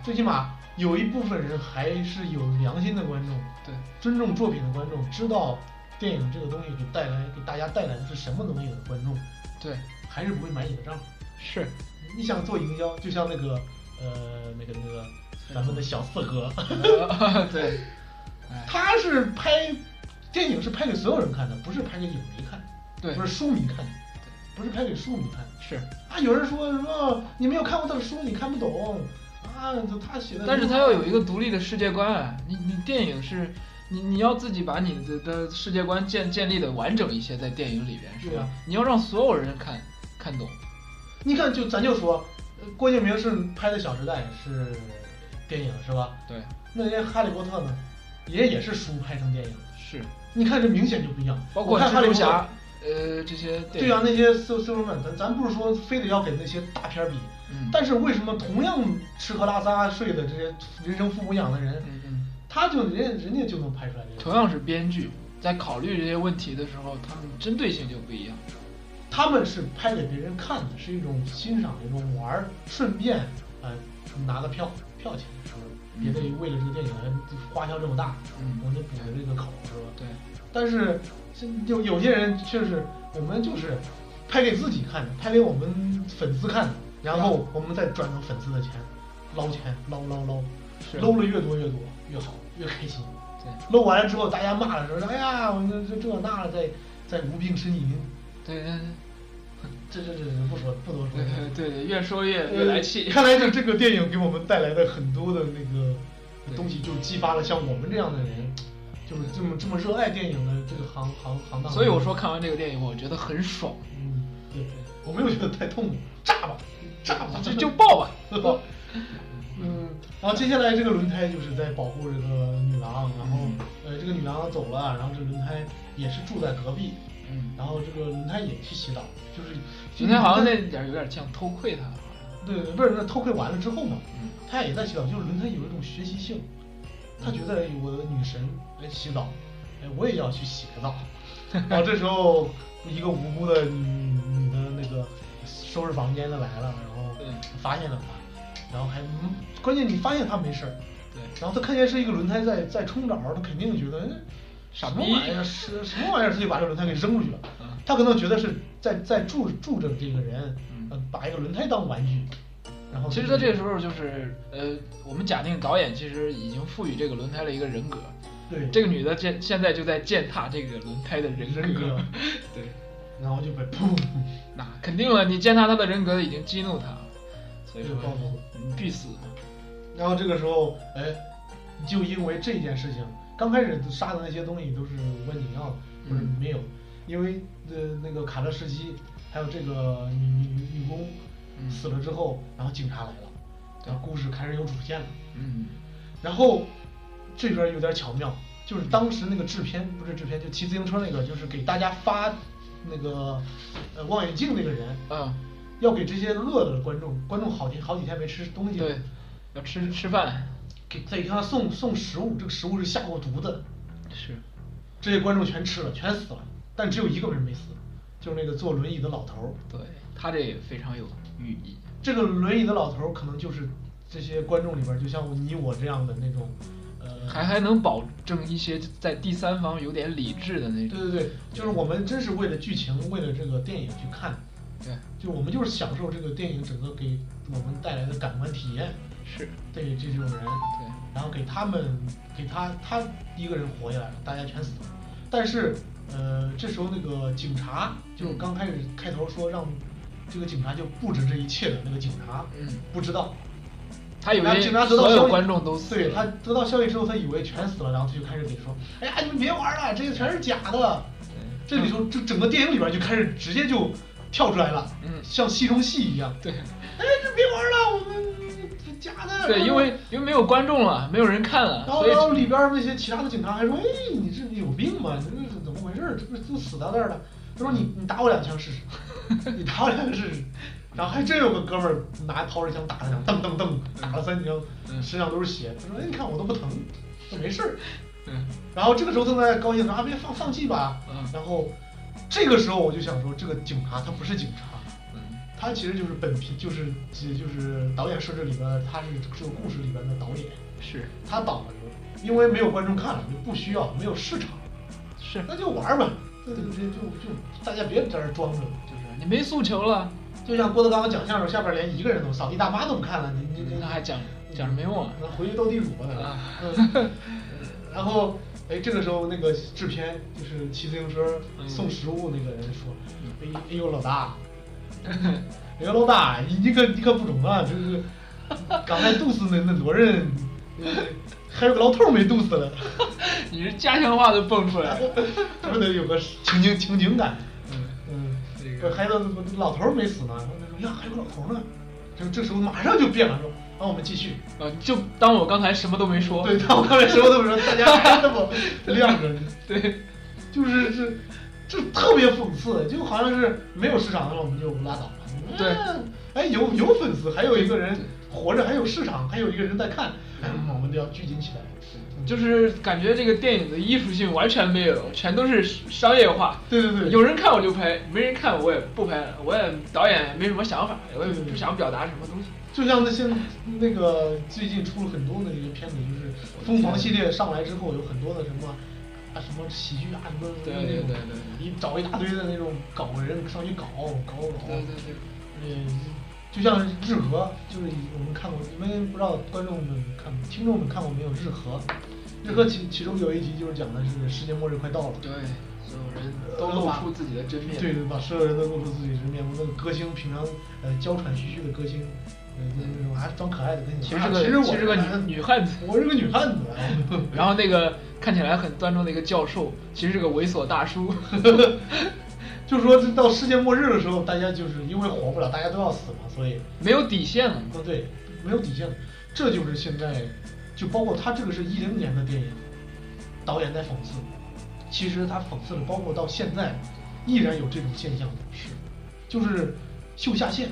最起码有一部分人还是有良心的观众，对尊重作品的观众，知道电影这个东西给带来给大家带来的是什么东西的观众，对还是不会买你的账。是，你想做营销，就像那个呃那个那个咱们的小四哥，呃 对，哎，他是拍电影是拍给所有人看的，不是拍给影迷看，对不是书迷看的，不是拍给书迷看的。是，啊，有人说什么你没有看过他的书，你看不懂啊，就他写的。但是他要有一个独立的世界观啊！你你电影是，你你要自己把你的的世界观建建立的完整一些，在电影里边是对吧啊？你要让所有人看看懂，你看，就咱就说，呃郭敬明是拍的《小时代》是电影是吧？对，那人家《哈利波特》呢，也也是书拍成电影。是，你看这明显就不一样，包括我看哈蜘蛛利波特侠，呃，这些电对影啊，那些 s u p e r m a 咱咱不是说非得要给那些大片儿比，嗯但是为什么同样吃喝拉撒睡的这些人生父母养的人，嗯嗯。他就人家人家就能拍出来这同个，样是编剧，在考虑这些问题的时候，他们针对性就不一样。他们是拍给别人看的，是一种欣赏，一种玩儿，顺便呃拿个票票钱，是不是？别的为了这个电影还花销这么大，嗯我得补着这个口，是吧？对，但是是有有些人确实，我们就是拍给自己看的，拍给我们粉丝看的，然后我们再转到粉丝的钱，捞钱，捞捞捞，是捞的越多越多越好，越开心。对，搂完了之后，大家骂的时候，哎呀，我这这这那的，在在无病呻吟，对这这这这不说不多说。 对对对，越说越越来气呃。看来就这个电影给我们带来的很多的那个东西，就激发了像我们这样的人，就是这么这么热爱电影的这个行行行当。所以我说看完这个电影，我觉得很 爽，嗯，对，我没有觉得太痛苦，炸吧，炸吧，就就爆吧。爆。嗯，然后接下来这个轮胎就是在保护这个女郎，然后嗯呃这个女郎走了，然后这个轮胎也是住在隔壁，嗯，然后这个轮胎也去洗澡，就是今天好像那点儿有点像偷窥他，好像对对，不是那偷窥完了之后嘛嗯，他也在洗澡，就是轮胎有一种学习性，他觉得哎我的女神来洗澡，哎，我也要去洗 个澡。然后这时候一个无辜的女女的那个收拾房间的来了，然后嗯发现了他，然后还、嗯关键你发现他没事儿，对，然后他看见是一个轮胎在在冲澡，他肯定觉得哎傻什么逼玩意儿，是什么玩意儿，他就把这轮胎给扔出去了嗯。他可能觉得是在在住住着这个人嗯，呃把一个轮胎当玩具，然后其实在这个时候就是呃，我们假定导演其实已经赋予这个轮胎了一个人格，对这个女的践现在就在践踏这个轮胎的人格，人格 对，然后就被砰，那肯定了，你践踏她的人格已经激怒她了，所以就说暴怒了。你必死嘛。然后这个时候，哎，就因为这件事情，刚开始杀的那些东西都是温尼奥或者嗯没有，因为呃那个卡车时期，还有这个女女女工嗯死了之后，然后警察来了，然后故事开始有主线了。嗯然后这边有点巧妙，就是当时那个制片不是制片，就骑自行车那个，就是给大家发那个呃望远镜那个人，嗯，要给这些饿的观众，观众好几好几天没吃东西了，对，要吃吃饭给再给他送送食物，这个食物是下过毒的，是，这些观众全吃了，全死了，但只有一个人没死，就是那个坐轮椅的老头儿。对她这也非常有寓意。这个轮椅的老头儿可能就是这些观众里边儿，就像你我这样的那种，呃，还还能保证一些在第三方有点理智的那种。对对对，就是我们真是为了剧情，为了这个电影去看，对，就我们就是享受这个电影整个给我们带来的感官体验。是，对这种人，对，然后给他们，给他他一个人活下来了，大家全死了。但是，呃，这时候那个警察，就是嗯刚开始开头说让这个警察就布置这一切的那个警察，嗯不知道。他以然后为警察得到所消有息观众都死对他了。得到消息之后，他以为全死了，然后他就开始给说：“哎呀，你们别玩了，这个全是假的。”这里头，这整个电影里边就开始直接就跳出来了，嗯像戏中戏一样。 对哎，这别玩了，我们假的。对，因为因为没有观众了，没有人看了，然后所以然后里边那些其他的警察还说：“哎，你这你有病吧？你这是怎么回事儿？这不是就死到那儿了？”他说：“你你打我两枪 试试，你打我两枪试试。”然后还真有个哥们儿拿掏着枪打了两噔噔噔，打了三枪，嗯身上都是血。他说：“哎，你看我都不疼，都没事儿。” 嗯然后这个时候正在高兴说啊，别放放弃吧。嗯然后这个时候我就想说，这个警察他不是警察，嗯他其实就是本片就是就是导演设置里边的，他是这个故事里边的导演，是他导了就，因为没有观众看了，就不需要，没有市场，是，那就玩儿吧，那就就就就大家别在这儿装着了。就是你没诉求了，就像郭德纲讲相声，下边连一个人都扫地大妈都不看了，你你你那嗯还讲嗯讲什么用啊？ 那回去斗地主吧，那啊是。嗯 然后，哎，这个时候那个制片就是骑自行车嗯送食物那个人说：“哎哎呦老大， 哎呦老大，你你可你可不中啊！ 就是刚才毒死那那多人，呃还有个老头儿没毒死了，你是家乡话都蹦出来 了。是不是得有个情景情景感？嗯嗯，这个不是还有个老头儿没死呢，然后他说哎呀还有个老头儿呢，这这时候马上就变了，说让我们继续。”呃，就当我刚才什么都没说。 对，但我刚才什么都没说，大家还那么亮着， 对，就是是，就特别讽刺，就好像是没有市场的话我们就拉倒了。对嗯，哎，有有粉丝，还有一个人活着，还有市场，还有一个人在看，哎，我们都要聚集起来。就是感觉这个电影的艺术性完全没有，全都是商业化。对对对，有人看我就拍，没人看我也不拍了。我也导演也没什么想法，我也不想表达什么东西。就像那些那个最近出了很多的一个片子，就是疯狂系列上来之后，有很多的什么啊什么喜剧啊什么对那种对对对对你找一大堆的那种搞人上去搞搞搞，对对对，嗯，就像日和，就是我们看过，你们不知道观众们看、听众们看过没有？日和，日和其其中有一集就是讲的是世界末日快到了，对，所有人都露出自己的真面。对对，把所有人都露出自己真面目。那个歌星平常呃娇喘吁吁的歌星，呃就是那种还装可爱的跟你其说实啊是个其实我其实个女女汉子我是个女汉子。啊然后 然后那个看起来很端庄的一个教授，其实是个猥琐大叔。 就说这到世界末日的时候，大家就是因为活不了，大家都要死嘛，所以没有底线了。嗯，对，没有底线，这就是现在，就包括他这个是一零年的电影，导演在讽刺，其实他讽刺的，包括到现在，依然有这种现象的，是，就是秀下限，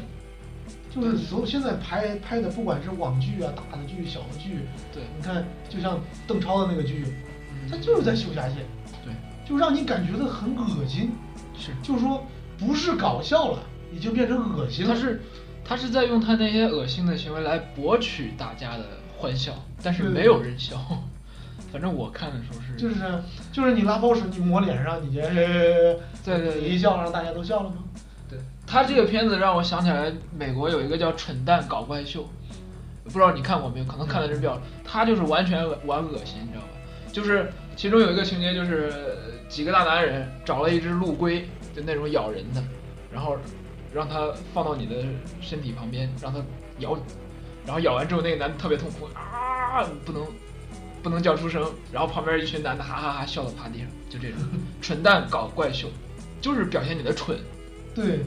就是所有现在拍拍的，不管是网剧啊、大的剧、小的剧，对你看，就像邓超的那个剧，嗯他就是在秀下限，对，就让你感觉到很恶心，是就是说不是搞笑了，已经变成恶心了，他是他是在用他那些恶心的行为来博取大家的欢笑，但是对没有人笑。反正我看的时候是，就是就是你拉泡屎，你抹脸上，你这、呃对对对你一笑让大家都笑了吗？对，他这个片子让我想起来，美国有一个叫《蠢蛋搞怪秀》，不知道你看过没有？可能看的人比较少，他就是完全玩恶心，你知道吧？就是其中有一个情节，就是呃几个大男人找了一只陆龟，就那种咬人的，然后让它放到你的身体旁边，让它咬你，然后咬完之后，那个男的特别痛苦啊，不能不能叫出声，然后旁边一群男的哈哈哈笑到趴地上，就这种蠢蛋搞怪秀，就是表现你的蠢。对，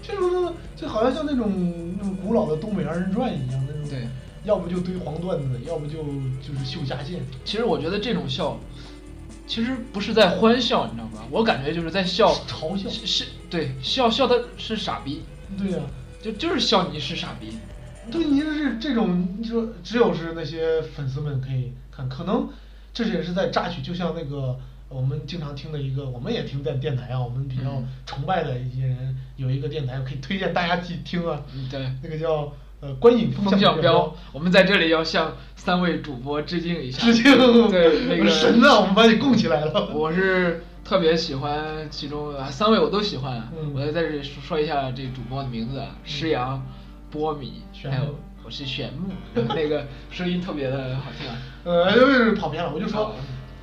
这种东西就好像像那种那种古老的东北二人转一样，那种对，要不就堆黄段子，要不就就是秀下限。其实我觉得这种笑，其实不是在欢笑，你知道吧？我感觉就是在笑嘲笑是是对笑笑他是傻逼，对啊呀、就就是笑你是傻逼。对，你就是这种，你说只有是那些粉丝们可以看，可能这也是在榨取，就像那个我们经常听的一个，我们也听在电台啊，我们比较嗯崇拜的一些人有一个电台可以推荐大家去听啊，嗯对那个叫呃观影风向标标，，我们在这里要向三位主播致敬一下，致敬，对那我个说神啊呐，我们把你供起来了，我是特别喜欢其中啊三位我都喜欢啊，嗯我在这里说说一下这主播的名字啊，施洋、波米，玄还有牧我是玄牧，然后那个声音特别的好听啊。呃，就是跑偏了，我就说哦，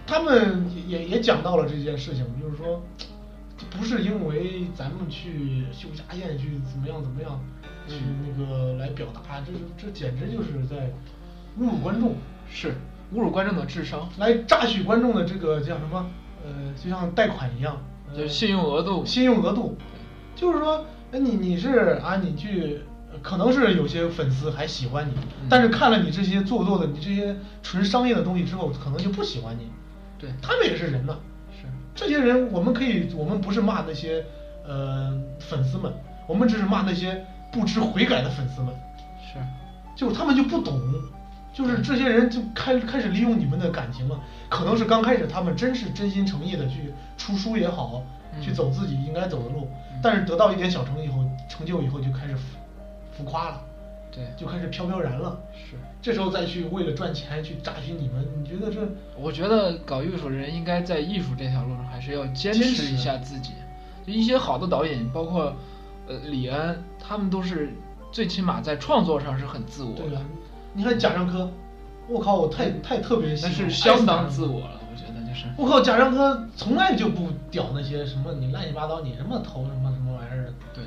他们也也也讲到了这件事情，就是说，这不是因为咱们去秀家宴去怎么样怎么样，嗯去那个来表达，这这简直就是在侮辱观众，是侮辱观众的智商，来榨取观众的这个叫什么？呃，就像贷款一样，呃就是信用额度信用额度，就是说，哎，你你是啊，你去，呃可能是有些粉丝还喜欢你，但是看了你这些做作的，你这些纯商业的东西之后，可能就不喜欢你。对，他们也是人呐、是这些人我们可以，我们不是骂那些呃粉丝们，我们只是骂那些不知悔改的粉丝们，是，就是他们就不懂，就是这些人就开开始利用你们的感情了。可能是刚开始他们真是真心诚意的去出书也好，嗯去走自己应该走的路，嗯但是得到一点小成以后成就以后就开始浮浮夸了，对，就开始飘飘然了。是。这时候再去为了赚钱去榨取你们，你觉得这我觉得搞艺术的人应该在艺术这条路上还是要坚坚持持一下自己。就一些好的导演，包括呃李安，他们都是最起码在创作上是很自我对的吧，？你看贾樟柯，我靠，我太太特别喜那欢，是爱相死当他自我了。我觉得就是我靠，贾樟柯从来就不屌那些什么你乱七八糟，你什么投什么什么玩意儿的，对，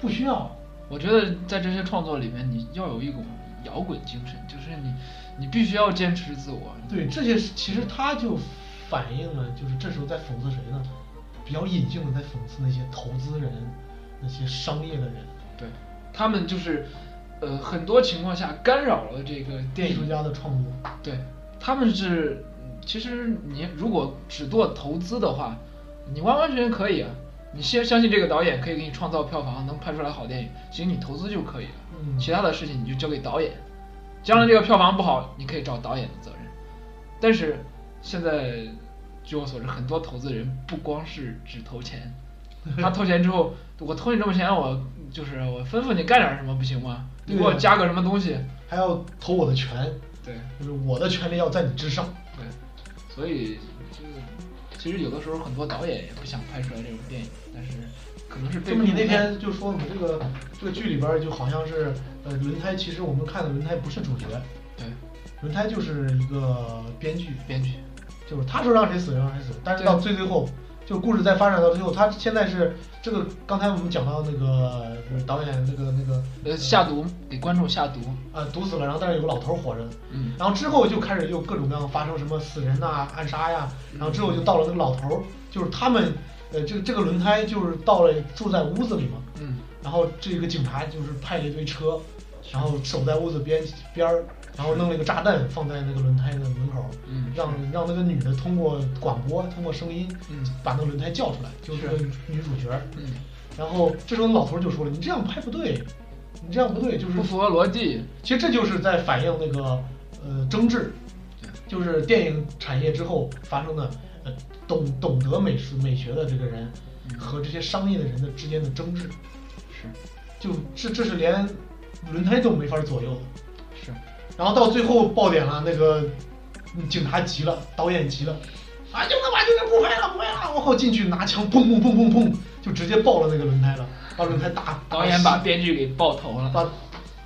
不需要。我觉得在这些创作里面，你要有一股摇滚精神，就是你你必须要坚持自我。对，这些是其实他就反映了，就是这时候在讽刺谁呢？比较隐性的在讽刺那些投资人，那些商业的人，对，他们就是呃很多情况下干扰了这个电艺影术家的创作。对，他们是，其实你如果只做投资的话，你完完全全可以啊。你先相信这个导演可以给你创造票房，能拍出来好电影，其实你投资就可以了。嗯其他的事情你就交给导演，将来这个票房不好，你可以找导演的责任。但是现在，据我所知，很多投资人不光是只投 钱，他投钱之后，我投你这么钱，我就是我吩咐你干点什么不行吗？你给我对啊加个什么东西？还要投我的权，对。就是我的权利要在你之上。对，所以就是其实有的时候很多导演也不想拍出来这种电影，但是可能是被这不你迫那的天就说我们这个这个剧里边儿就好像是呃轮胎，其实我们看的轮胎不是主角，对轮胎就是一个编剧，编剧就是他说让谁死让谁死，但是对到最最后，就故事在发展到最后，他现在是这个刚才我们讲到那个就是导演那个那个呃下毒给观众下毒，啊毒死了，然后但是有个老头儿活着，嗯然后之后就开始又各种各样发生什么死人呐、暗杀呀，嗯然后之后就到了那个老头儿，就是他们呃这个这个轮胎就是到了住在屋子里嘛，嗯然后这个警察就是派了一堆车，然后守在屋子边边儿，然后弄了一个炸弹放在那个轮胎的门口，嗯让让那个女的通过广播，通过声音，嗯把那个轮胎叫出来，就是那个女主角。嗯，然后这时候老头就说了：“你这样拍不对，你这样不对，就是不符合逻辑，其实这就是在反映那个呃争执，就是电影产业之后发生的呃懂懂得美术美学的这个人嗯和这些商业的人的之间的争执，是就这这是连轮胎都没法左右的。是，然后到最后爆点了，那个警察急了，导演急了，啊，就他妈就是不拍了，不拍了！我靠，进去拿枪，砰砰砰砰砰，就直接爆了那个轮胎了。当时才打导演把编剧给爆头了。把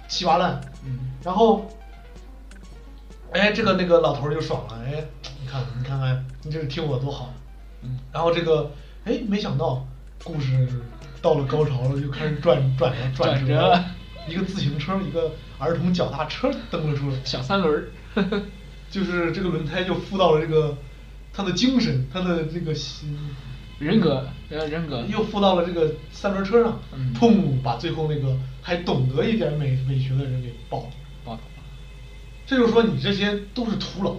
气挖烂，嗯，然后，哎，这个那个老头儿就爽了，哎，你看你看看，你这个听我多好，嗯，然后这个，哎，没想到故事到了高潮了，就开始转转了转转折了一个自行车，一个儿童脚踏车蹬了出来，小三轮儿， 就是这个轮胎就附到了这个他的精神，他的这个心。人格，呃，人格，又附到了这个三轮车上嗯，砰！把最后那个还懂得一点美美学的人给爆了。爆头了。这就是说你这些都是徒劳。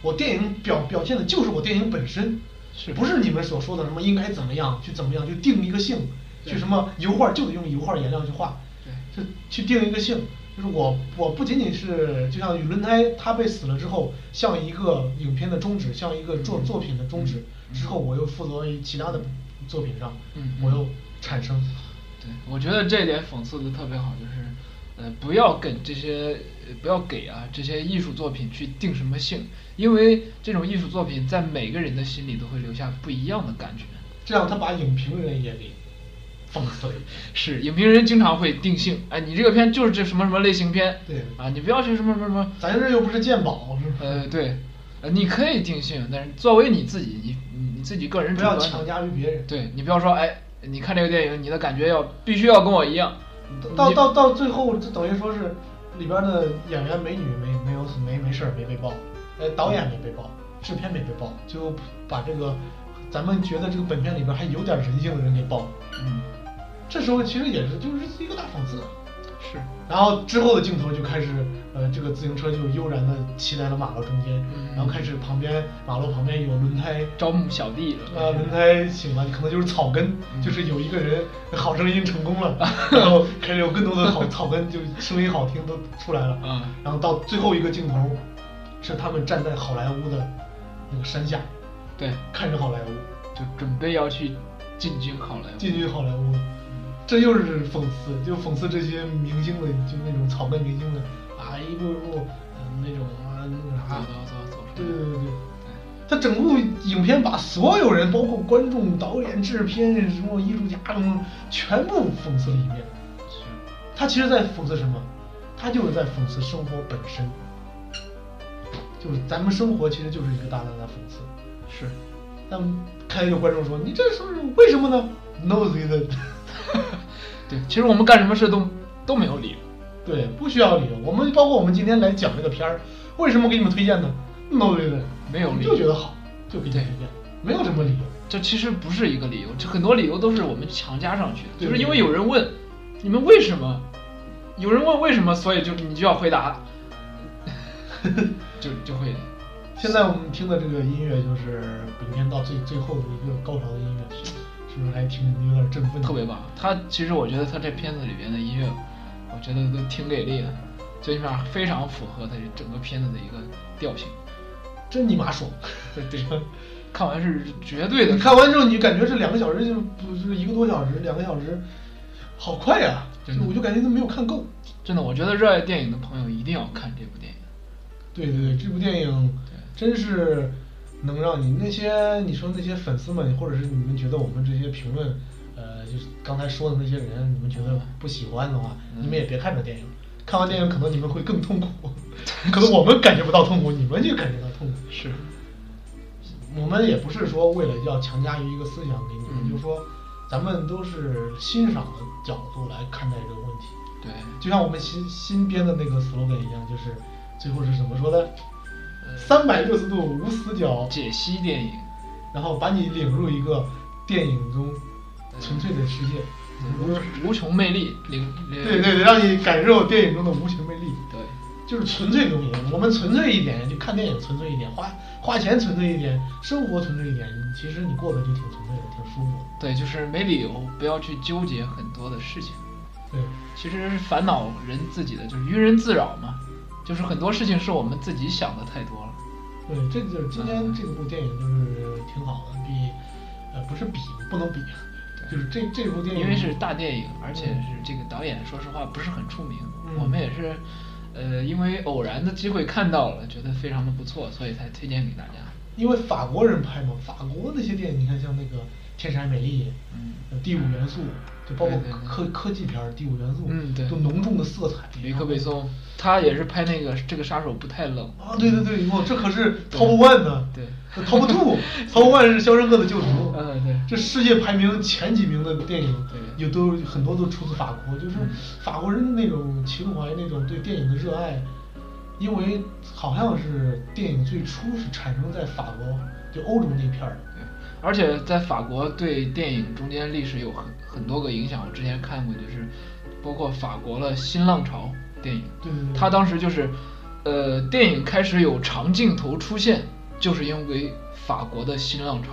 我电影表表现的就是我电影本身，是不是你们所说的什么应该怎么样去怎么样去定一个性，去什么油画就得用油画颜料去画，对是去定一个性。就是我我不仅仅是就像轮胎它被死了之后，像一个影片的终止，像一个嗯作作品的终止之后，我又负责于其他的作品上嗯，我又产生。对，我觉得这点讽刺的特别好，就是，呃，不要给这些，呃不要给啊这些艺术作品去定什么性，因为这种艺术作品在每个人的心里都会留下不一样的感觉。这样他把影评人也给讽刺了一遍。是，影评人经常会定性，哎，你这个片就是这什么什么类型片，对啊，你不要去什么什么什么，咱这又不是鉴宝，是吧？呃，对，呃，你可以定性，但是作为你自己，你你你自己个人不主要观强的加于别人。对你不要说，哎，你看这个电影，你的感觉要必须要跟我一样，到你到到最后，这等于说是里边的演员美女没没有没没事儿没被爆，呃，导演没被爆，制片没被爆，最后把这个咱们觉得这个本片里边还有点人性的人给爆了。嗯，这时候其实也是就是一个大讽刺。是，然后之后的镜头就开始，呃，这个自行车就悠然的骑在了马路中间，嗯然后开始旁边马路旁边有轮胎招募小弟了，呃，轮胎醒了，可能就是草根，嗯就是有一个人好声音成 功了，然后开始有更多的好草根，就声音好听都出来了。嗯然后到最后一个镜头，是他们站在好莱坞的那个山下，对，看着好莱坞，就准备要去进军好莱坞，进军好莱嗯坞了。这又是讽刺，就讽刺这些明星的，就那种草根明星的啊，一步一步，呃那种啊，那走个啥，走走走，对对对对。他整部影片把所有人，包括观众、导演、制片、什么艺术家，嗯全部讽刺了一遍。对，是，他其实在讽刺什么？他就是在讽刺生活本身。就是咱们生活其实就是一个大大的讽刺。是，那么看有观众说：“你这是不是为什么呢？”No reason， 对，其实我们干什么事都都没有理由，对，不需要理由。我们包括我们今天来讲这个片儿，为什么给你们推荐呢？No reason，没有理由就觉得好，就给你推荐，没有什么理由。这其实不是一个理由，这很多理由都是我们强加上去的，对就是因为有人问你们为什么，有人问为什么，所以就你就要回 答，就就会，现在我们听的这个音乐就是本片到最最后的一个高潮的音乐，是不是还挺有点振奋？特别棒。他其实我觉得他这片子里边的音乐，我觉得都挺给力的，最起码非常符合他整个片子的一个调性。真你妈爽！对对，看完是绝对的你，看完之后，你感觉这两个小时就不是一个多小时，两个小时，好快呀、就真的我就感觉都没有看够。真的，我觉得热爱电影的朋友一定要看这部电影。对对对，这部电影真是能让你那些你说那些粉丝们，或者是你们觉得我们这些评论，呃，就是刚才说的那些人，你们觉得不喜欢的话，嗯你们也别看这电影。看完电影，可能你们会更痛苦，可能我们感觉不到痛苦，你们就感觉到痛苦。是，我们也不是说为了要强加于一个思想给你们，嗯就是说咱们都是欣赏的角度来看待这个问题。对，就像我们新新编的那个 slogan 一样，就是最后是怎么说的？三百六十度无死角，解析电影，然后把你领入一个电影中纯粹的世界，无无穷魅力，零零对对对，让你感受电影中的无穷魅力，对就是纯粹的东西。我们纯粹一点，就看电影纯粹一点，花花钱纯粹一点，生活纯粹一点，其实你过得就挺纯粹的，挺舒服的。对，就是没理由，不要去纠结很多的事情。对，其实是烦恼人自己的，就是愚人自扰嘛，就是很多事情是我们自己想的太多了。对，这就是今天这部电影就是挺好的，比呃不是比不能比，就是这这部电影因为是大电影，而且是这个导演，说实话不是很出名，嗯我们也是，呃，因为偶然的机会看到了，觉得非常的不错，所以才推荐给大家。因为法国人拍嘛，法国那些电影，你看像那个天山美丽，嗯呃第五元素，就包括对对对科科技片儿第五元素，嗯对都浓重的色彩。吕克贝松，他也是拍那个这个杀手不太冷，啊，对对对，哇，这可是 top one 呢，对，top two，top one 是《肖申克的救赎》，嗯对这世界排名前几名的电影，对嗯有都很多都出自法国，就是法国人的那种情怀，那种对电影的热爱，因为好像是电影最初是产生在法国，就欧洲那片儿，对，而且在法国对电影中间历史有很很多个影响，我之前看过，就是包括法国的新浪潮电影，对对对他当时就是，呃，电影开始有长镜头出现，就是因为法国的新浪潮，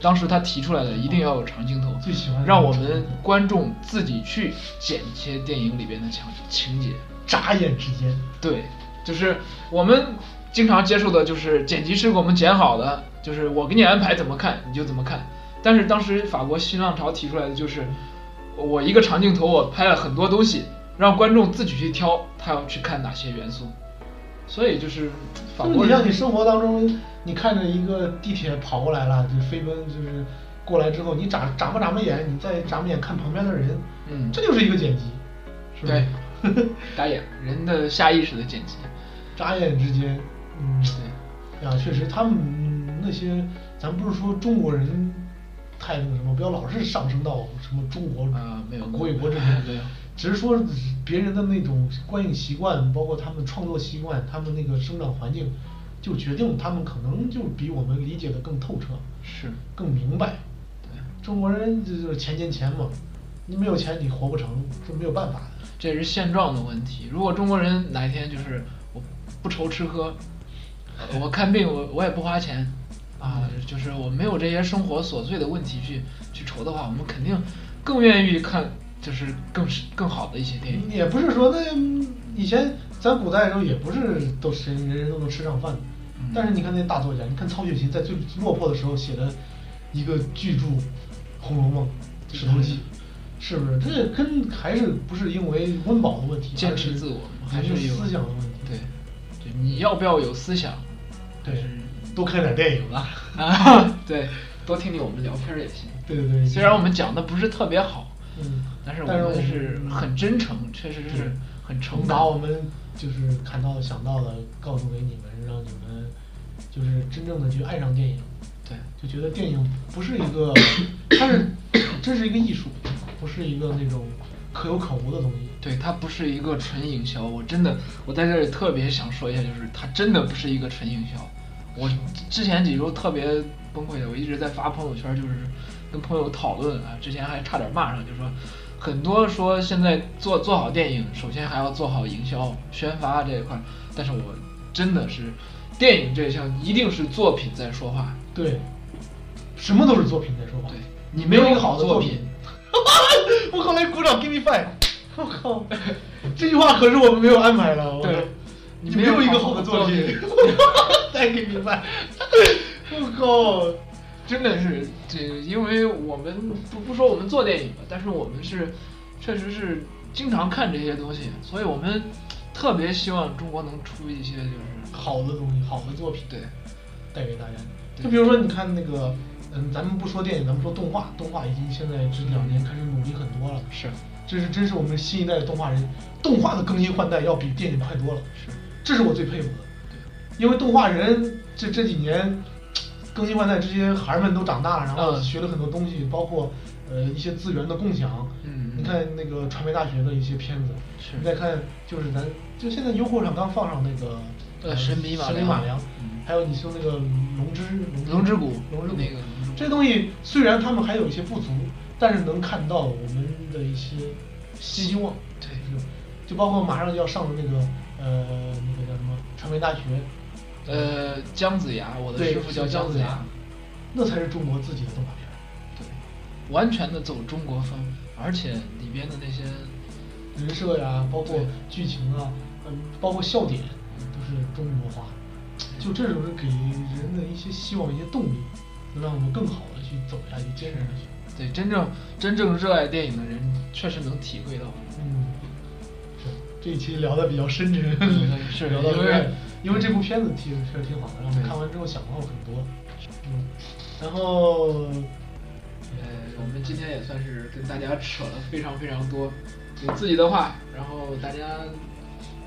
当时他提出来的一定要有长镜头，哦最喜欢让我们观众自己去剪切电影里边的情情节，眨眼之间，对，就是我们经常接受的就是剪辑师给我们剪好的，就是我给你安排怎么看你就怎么看。但是当时法国新浪潮提出来的就是，我一个长镜头我拍了很多东西，让观众自己去挑他要去看哪些元素。所以就是法就是国你人像你生活当中，你看着一个地铁跑过来了，就飞奔就是过来之后，你眨眨巴眨巴眼，你再眨巴眼看旁边的人，嗯这就是一个剪辑，是吧？ 对打眼人的下意识的剪辑，眨眼之间，嗯，对，呀，确实，他们嗯那些，咱不是说中国人太那个什么，不要老是上升到什么中国啊没有国与国之没间有，只是说别人的那种观影习惯，包括他们创作习惯，他们那个生长环境，就决定他们可能就比我们理解的更透彻，是，更明白。对。中国人这就是钱钱钱嘛，你没有钱你活不成，是没有办法的。这也是现状的问题。如果中国人哪一天就是我不愁吃喝，呃我看病我我也不花钱，啊，就是我没有这些生活琐碎的问题去去愁的话，我们肯定更愿意看就是更是更好的一些电影。也不是说那嗯以前咱古代的时候也不是都是人人都能吃上饭的，嗯但是你看那大作家，你看曹雪芹在最落魄的时候写的一个巨著《红楼梦》《石头嗯记》，是不是？这跟还是不是因为温饱的问题，坚持而是自我嘛嗯还还是有思想的问题。对，对，你要不要有思 想？对，多看点电影吧。啊，对， 多听听我们聊天儿也行。对对对，嗯虽然我们讲的不是特别好，嗯，但是我但是们我是们嗯很真诚，确实是很诚恳。能把我们就是看到想到的告诉给你们，让你们就是真正的去爱上电影。对，就觉得电影不是一个，它是真是一个艺术，不是一个那种可有可无的东西。对，它不是一个纯营销。我真的，我在这里特别想说一下，就是它真的不是一个纯营销。我之前几周特别崩溃的，我一直在发朋友圈，就是跟朋友讨论啊，之前还差点骂上，就说很多说现在做做好电影，首先还要做好营销宣发这一块儿，但是我真的是电影这一项一定是作品在说话，对，什么都是作品在说话。对你没有一个好的作品品我靠，来鼓掌，give me five！我 靠，这句话可是我们没有安排的。我对你你没没有有一个好好的的作作品 品，再 give me five！我靠。真的是这，因为我们不不说我们做电影吧，但是我们是确实是经常看这些东西，所以我们特别希望中国能出一些就是好的东西、好的作品，对，带给大家。对就比如说，你看那个，嗯，咱们不说电影，咱们说动画，动画已经现在这两年开始努力很多了。是这是真是我们新一代的动画人，动画的更新换代要比电影快多了，是，这是我最佩服的。因为动画人这这几年更新换代，这些孩儿们都长大了，然后嗯学了很多东西，包括呃一些资源的共享。嗯你看那个传媒大学的一些片子，是你再看就是咱就现在优酷上刚放上那个呃神笔马神笔良马良，嗯还有你说那个龙之龙之谷那龙之谷个龙之谷这东西虽然他们还有一些不足，但是能看到我们的一些希望。对就，就包括马上就要上的那个呃那个叫什么传媒大学，呃姜子牙，我的对师傅叫是姜姜子子牙牙，那才是中国自己的动画片儿。对，完全的走中国风，而且里边的那些人设呀，包括对剧情啊，嗯，包括笑点，都是中国化。就这种是给人的一些希望、一些动力，能让我们更好的去走下去、坚持下去。对真正真正热爱电影的人，确实能体会到。嗯，是这一期聊的比较深沉，嗯 是聊到因这为儿因为这部片子其实确实挺好的，让我对看完之后想到很多。嗯，然后呃，我们今天也算是跟大家扯了非常非常多，有自己的话，然后大家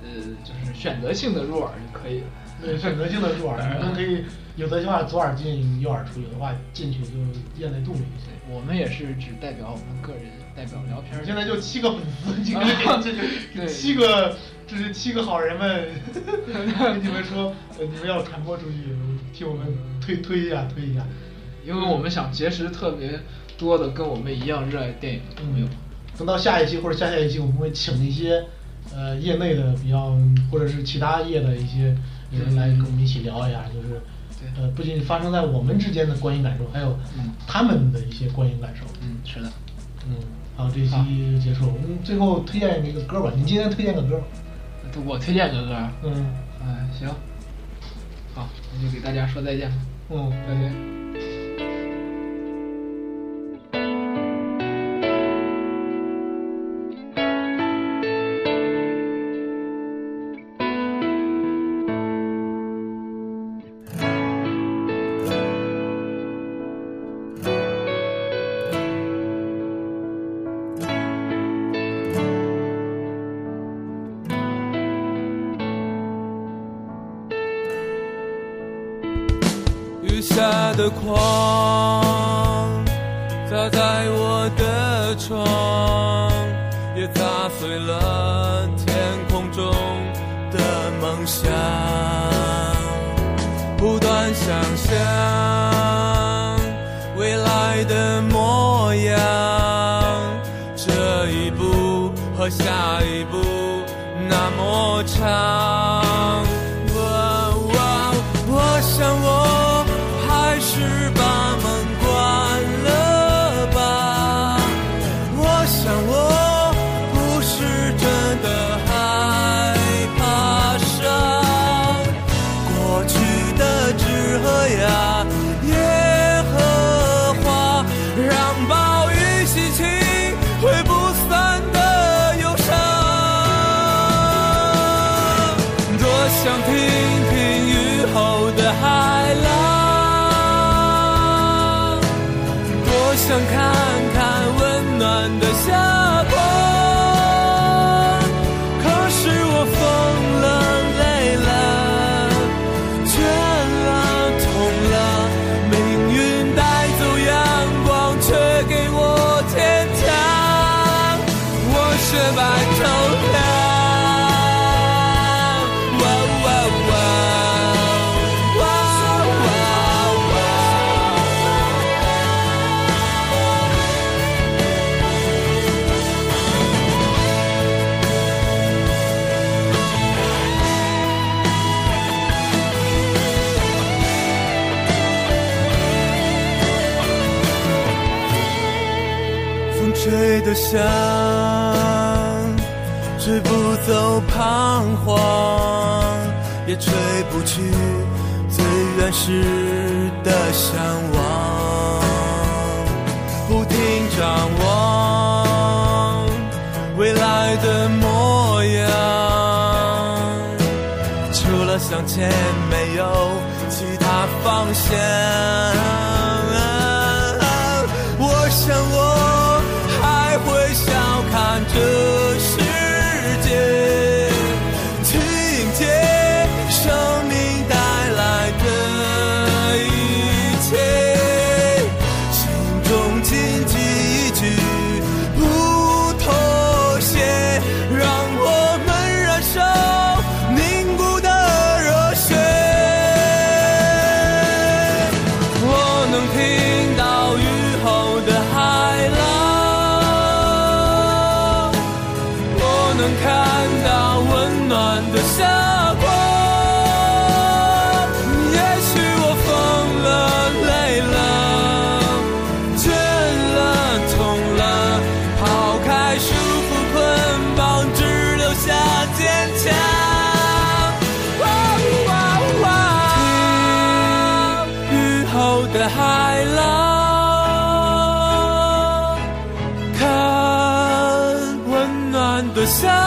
呃就是选择性的入耳就可以了。对，选择性的入耳，你们可以有的话左耳进右耳出，有的话进去就咽在肚里。对，我们也是只代表我们个人，代表聊天儿。啊现在就七个粉丝，今天这就七个，这是七个好人们， 跟你们说，呃你们要传播出去，替我们推推一下，推一下。因为我们想结识特别多的跟我们一样热爱电影的朋友。等到下一期或者下下一期，我们会请一些呃业内的比较，或者是其他业的一些人来跟我们一起聊一下，就是对呃不仅发生在我们之间的观影感受，还有嗯他们的一些观影感受。嗯，是的。嗯，好，这期就结束了。我们最后推荐一个歌吧，你今天推荐个歌。那我推荐哥哥。嗯嗯，行。好，那就给大家说再见吧，嗯，拜拜。雨下的狂，砸在我的窗，也砸碎了天空中的梦想。不断想象未来的模样，这一步和下一步那么长。哇哇我想我还是把门关了吧。我想我不是真的害怕伤，过去的枝和芽，野和花，让暴雨洗清挥不散的忧伤。多想听听雨后的海浪，多想看看温暖的下巴。可是我疯了，累了，倦了，痛了。命运带走阳光，却给我坚强。我雪白头发。哇哇哇哇哇哇风吹得香，吹不走彷徨，也吹不去最原始的向往。不停张望未来的模样，除了向前，没有其他方向。我想，我还会笑看这世界，去迎接生命带来的一切。心中谨记一句，不妥协，让我们燃烧凝固的热血。我能听到雨后的海浪，我能看到温暖的霞光。也许我疯了，累了。倦了，痛了，抛开束缚捆绑，只留下坚强。哇哇哇！听雨后的海浪，看温暖的夏。啊啊